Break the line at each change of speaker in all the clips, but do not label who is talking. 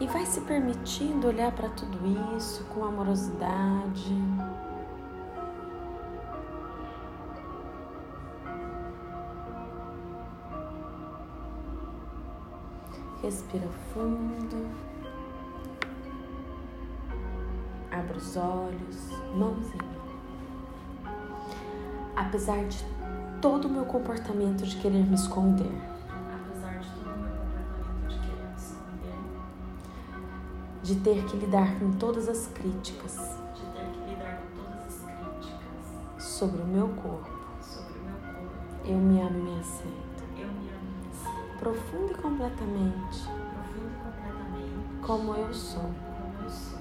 E vai se permitindo olhar para tudo isso com amorosidade. Respira fundo. Abra os olhos, mãos em mim. Apesar de todo o meu comportamento de querer me esconder,
apesar de todo o meu comportamento de querer me esconder,
de ter que lidar com todas as críticas
de ter que lidar com todas as críticas
sobre o meu corpo,
sobre o meu corpo,
eu me amo e me aceito.
eu me amo
Profundo e completamente,
profundo e completamente
como eu sou.
como eu sou.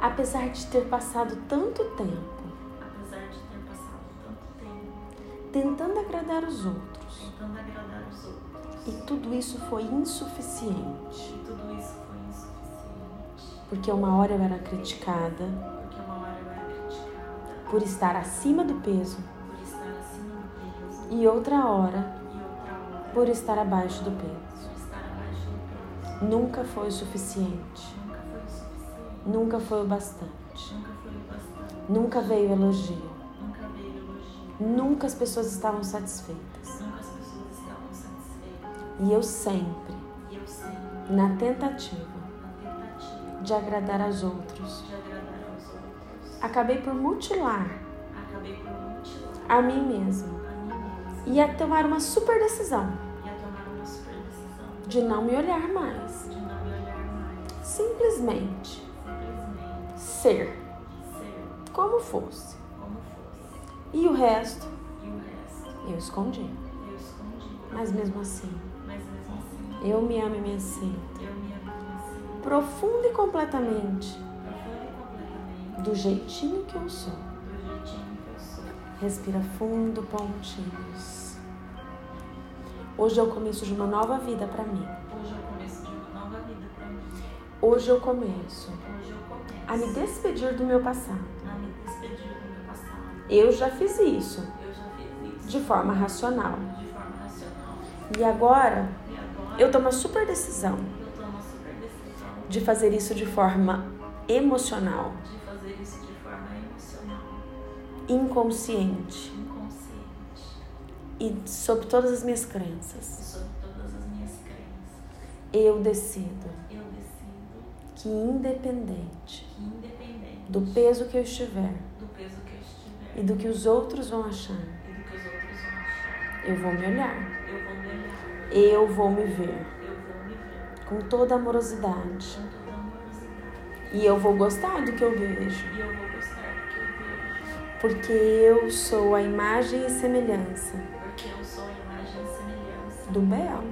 Apesar de ter passado tanto tempo
Apesar de ter passado tanto tempo
tentando agradar os outros
tentando agradar os outros,
e tudo isso foi insuficiente,
e tudo isso foi insuficiente,
porque uma hora eu era criticada
porque uma hora eu era criticada
por estar acima do peso
por estar acima do peso
e outra hora
e outra hora
por estar abaixo do peso.
por estar abaixo do peso.
Nunca foi o suficiente,
Nunca foi o suficiente,
nunca foi o bastante,
nunca foi o bastante,
nunca veio elogio,
nunca veio elogio,
nunca as pessoas estavam satisfeitas.
nunca as pessoas estavam satisfeitas.
E eu sempre,
E eu sempre,
na tentativa
na tentativa
de agradar aos outros,
de agradar aos outros,
acabei por mutilar
acabei por mutilar
a mim mesma
a mim mesma
e a tomar uma super decisão
e a tomar uma super decisão
de não me olhar mais.
de não me olhar mais,
Simplesmente
simplesmente
ser
ser
como fosse.
como fosse.
E o resto
E o resto
eu escondi.
eu escondi,
Mas mesmo assim,
mas mesmo assim
eu me amo e me aceito
eu me amei assim,
profundo e completamente
profundo e completamente
do jeitinho que eu sou.
do jeitinho que eu sou.
Respira fundo, pontinhos. Hoje é o começo de uma nova vida para mim.
Hoje é o começo de uma nova vida para mim.
Hoje eu começo
Hoje eu começo
a me despedir do meu passado.
a me despedir do meu passado.
Eu já fiz isso
Eu já fiz isso
de forma racional.
de forma racional.
E agora
E agora
eu tomo a super decisão
eu tomo a super decisão
de fazer isso de forma emocional,
de fazer isso de forma emocional,
inconsciente
inconsciente,
e sob todas as minhas crenças.
sob todas as minhas crenças.
Eu decido
Eu decido
que, independente
que, independente
do peso que eu estiver
do peso que eu estiver
e do que os outros vão achar,
e do que os outros vão achar,
eu vou me olhar.
eu vou me olhar,
Eu vou me ver
eu vou me ver
com toda amorosidade
com toda amorosidade.
e eu vou gostar do que eu vejo,
E eu vou gostar do que eu vejo,
porque eu sou a imagem e semelhança
porque eu sou a imagem e semelhança
do belo,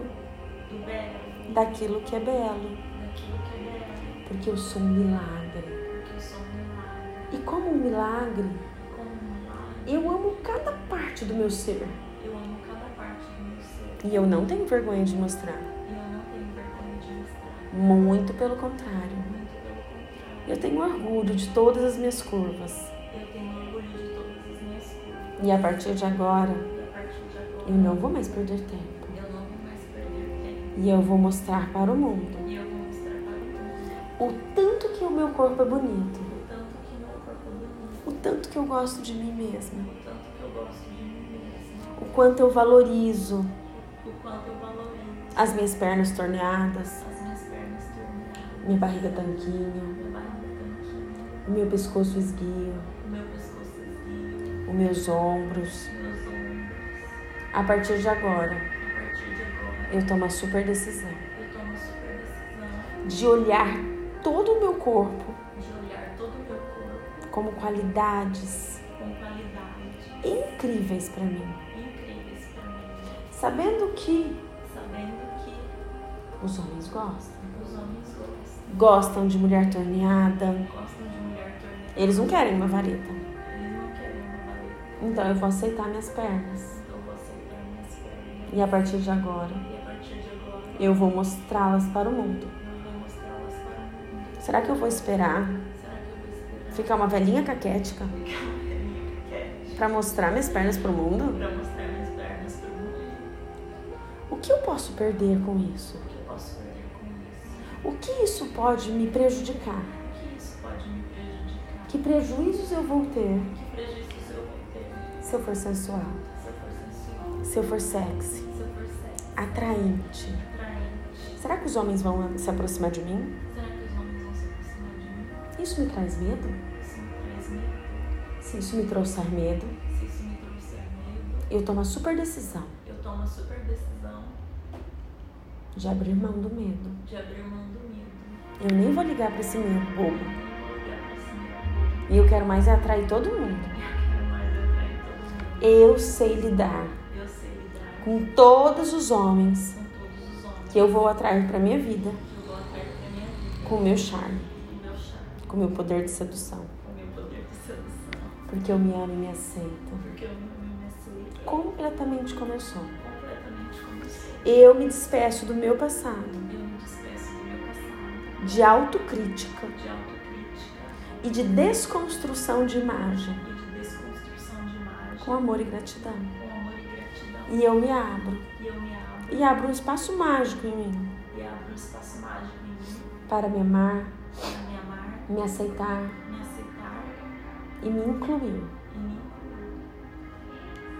do belo,
daquilo que é belo,
daquilo que é belo,
porque eu sou um milagre.
porque eu sou um milagre.
E como um milagre,
Como um milagre,
eu amo cada parte do meu ser
eu amo cada parte do meu ser
e eu não tenho vergonha de mostrar.
e eu não tenho vergonha de mostrar.
Muito pelo contrário,
Muito pelo contrário,
eu tenho orgulho de todas as minhas curvas
eu tenho orgulho de todas as minhas curvas.
e a partir de agora
E a partir de agora,
eu não vou mais perder tempo
eu não vou mais perder tempo.
e eu vou mostrar para o mundo
E eu vou mostrar para o mundo
o tanto que o meu corpo é bonito.
o tanto que meu corpo é bonito,
o tanto que eu gosto de mim mesma,
o tanto que eu gosto de mim mesma,
o quanto eu valorizo
o quanto eu valorizo
as minhas pernas torneadas,
as minhas pernas torneadas,
minha barriga tanquinho,
minha barriga tanquinha,
o meu pescoço esguio,
o meu pescoço esguio,
os meus ombros.
os meus ombros.
A partir de agora,
A partir de agora,
eu tomo a super decisão
eu tomo super decisão
de olhar todo o meu corpo
de olhar todo o meu corpo
como qualidades
com qualidade
incríveis para mim,
incríveis para mim,
sabendo que
sabendo que
os homens gostam.
os homens gostam,
Gostam de mulher torneada,
gostam de mulher torneada,
eles não querem uma vareta.
eles não querem uma valeta,
Então eu vou aceitar minhas pernas.
então eu vou aceitar minhas pernas.
E a partir de agora,
E a partir de agora,
eu vou mostrá-las para o mundo.
eu vou mostrá-las para o mundo.
Será que eu vou esperar
Será que eu vou esperar
ficar uma velhinha caquética
ficar uma velhinha cat
para mostrar minhas pernas para o mundo?
para mostrar minhas pernas para o mundo?
O que eu posso perder com isso?
O que eu posso perder com isso?
O que isso pode me prejudicar?
O que isso pode me prejudicar?
Que prejuízos eu vou ter
Que prejuízo eu vou ter
se eu for sensual,
se eu for sensual,
se eu for sexy,
se eu for sexy,
atraente?
atraente?
Será que os homens vão se aproximar de mim?
Será que os homens vão se aproximar de mim?
Isso me traz medo?
Isso me traz medo?
Se isso me trouxer medo,
Se isso me trouxer medo,
eu tomo a super decisão
eu tomo a super decisão
de abrir mão do medo.
de abrir mão do medo.
Eu nem vou ligar pra esse medo bobo.
Eu vou olhar pra cima
E eu quero mais é atrair todo mundo.
e eu quero mais atrair todo mundo.
Eu sei lidar
Eu sei lidar
com todos os homens
com todos os homens
que eu vou atrair pra minha vida
que eu vou atrair pra minha vida
com o meu charme,
com o meu charme,
com o meu poder de sedução.
com o meu poder de sedução.
Porque eu me amo e me aceito
Porque eu não me aceito
completamente como eu sou.
completamente como eu sou.
Eu me despeço do meu passado,
Eu me despeço do meu passado,
de autocrítica
de autocrítica
e de desconstrução de imagem,
e de desconstrução de imagem,
com amor e gratidão.
com amor e gratidão.
E eu me abro
E eu me abro
e abro um espaço mágico em mim
e abro um espaço mágico em mim
para me amar,
para me amar,
me aceitar
me aceitar
e me incluir.
e me incluir.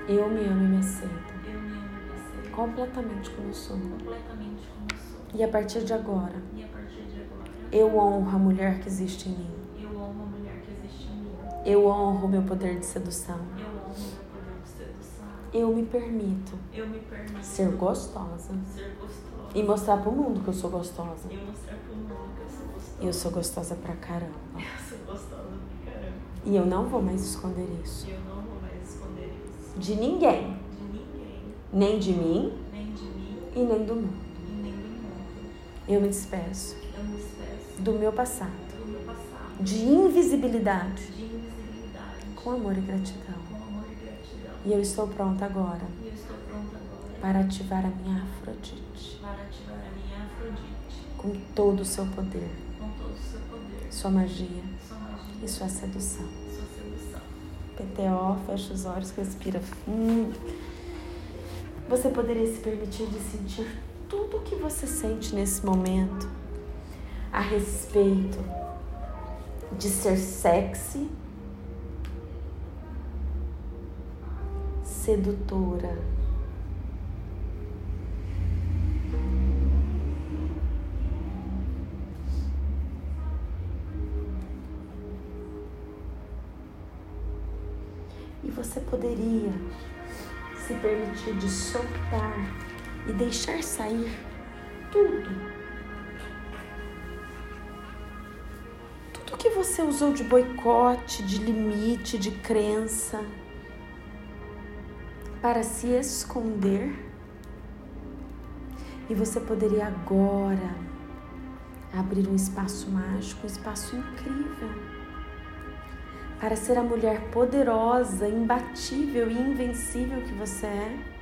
Eu me amo e me aceito
Eu me amo e me aceito
completamente como eu sou.
completamente como eu sou.
E a partir de agora,
E a partir de agora,
eu honro a mulher que existe em mim.
eu amo a mulher que existe em mim.
Eu honro o meu poder de sedução.
Eu amo o meu poder de sedução.
Eu me permito
Eu me permito
ser gostosa
ser gostosa.
e mostrar pro mundo que eu sou gostosa.
E mostrar pro mundo que eu sou gostosa.
Eu sou gostosa pra caramba.
Eu sou gostosa pra caramba.
E eu não vou mais esconder isso
E eu não vou mais esconder isso
de ninguém,
de ninguém,
nem de mim
nem de mim
e nem do mundo.
e nem do mundo.
Eu me despeço
Eu me despeço
do meu passado,
do meu passado,
de invisibilidade,
de invisibilidade,
com amor e gratidão.
com amor e gratidão.
E eu estou pronta agora
E eu estou pronta agora
para ativar a minha Afrodite
para ativar a minha Afrodite
com todo o seu poder,
com todo o seu poder,
sua magia
sua É magia,
e sua sedução.
sua sedução.
PTO, fecha os olhos, respira fundo. Você poderia se permitir de sentir tudo o que você sente nesse momento a respeito de ser sexy, sedutora, e você poderia se permitir de soltar e deixar sair tudo. Tudo que você usou de boicote, de limite, de crença para se esconder. E você poderia agora abrir um espaço mágico, um espaço incrível para ser a mulher poderosa, imbatível e invencível que você é.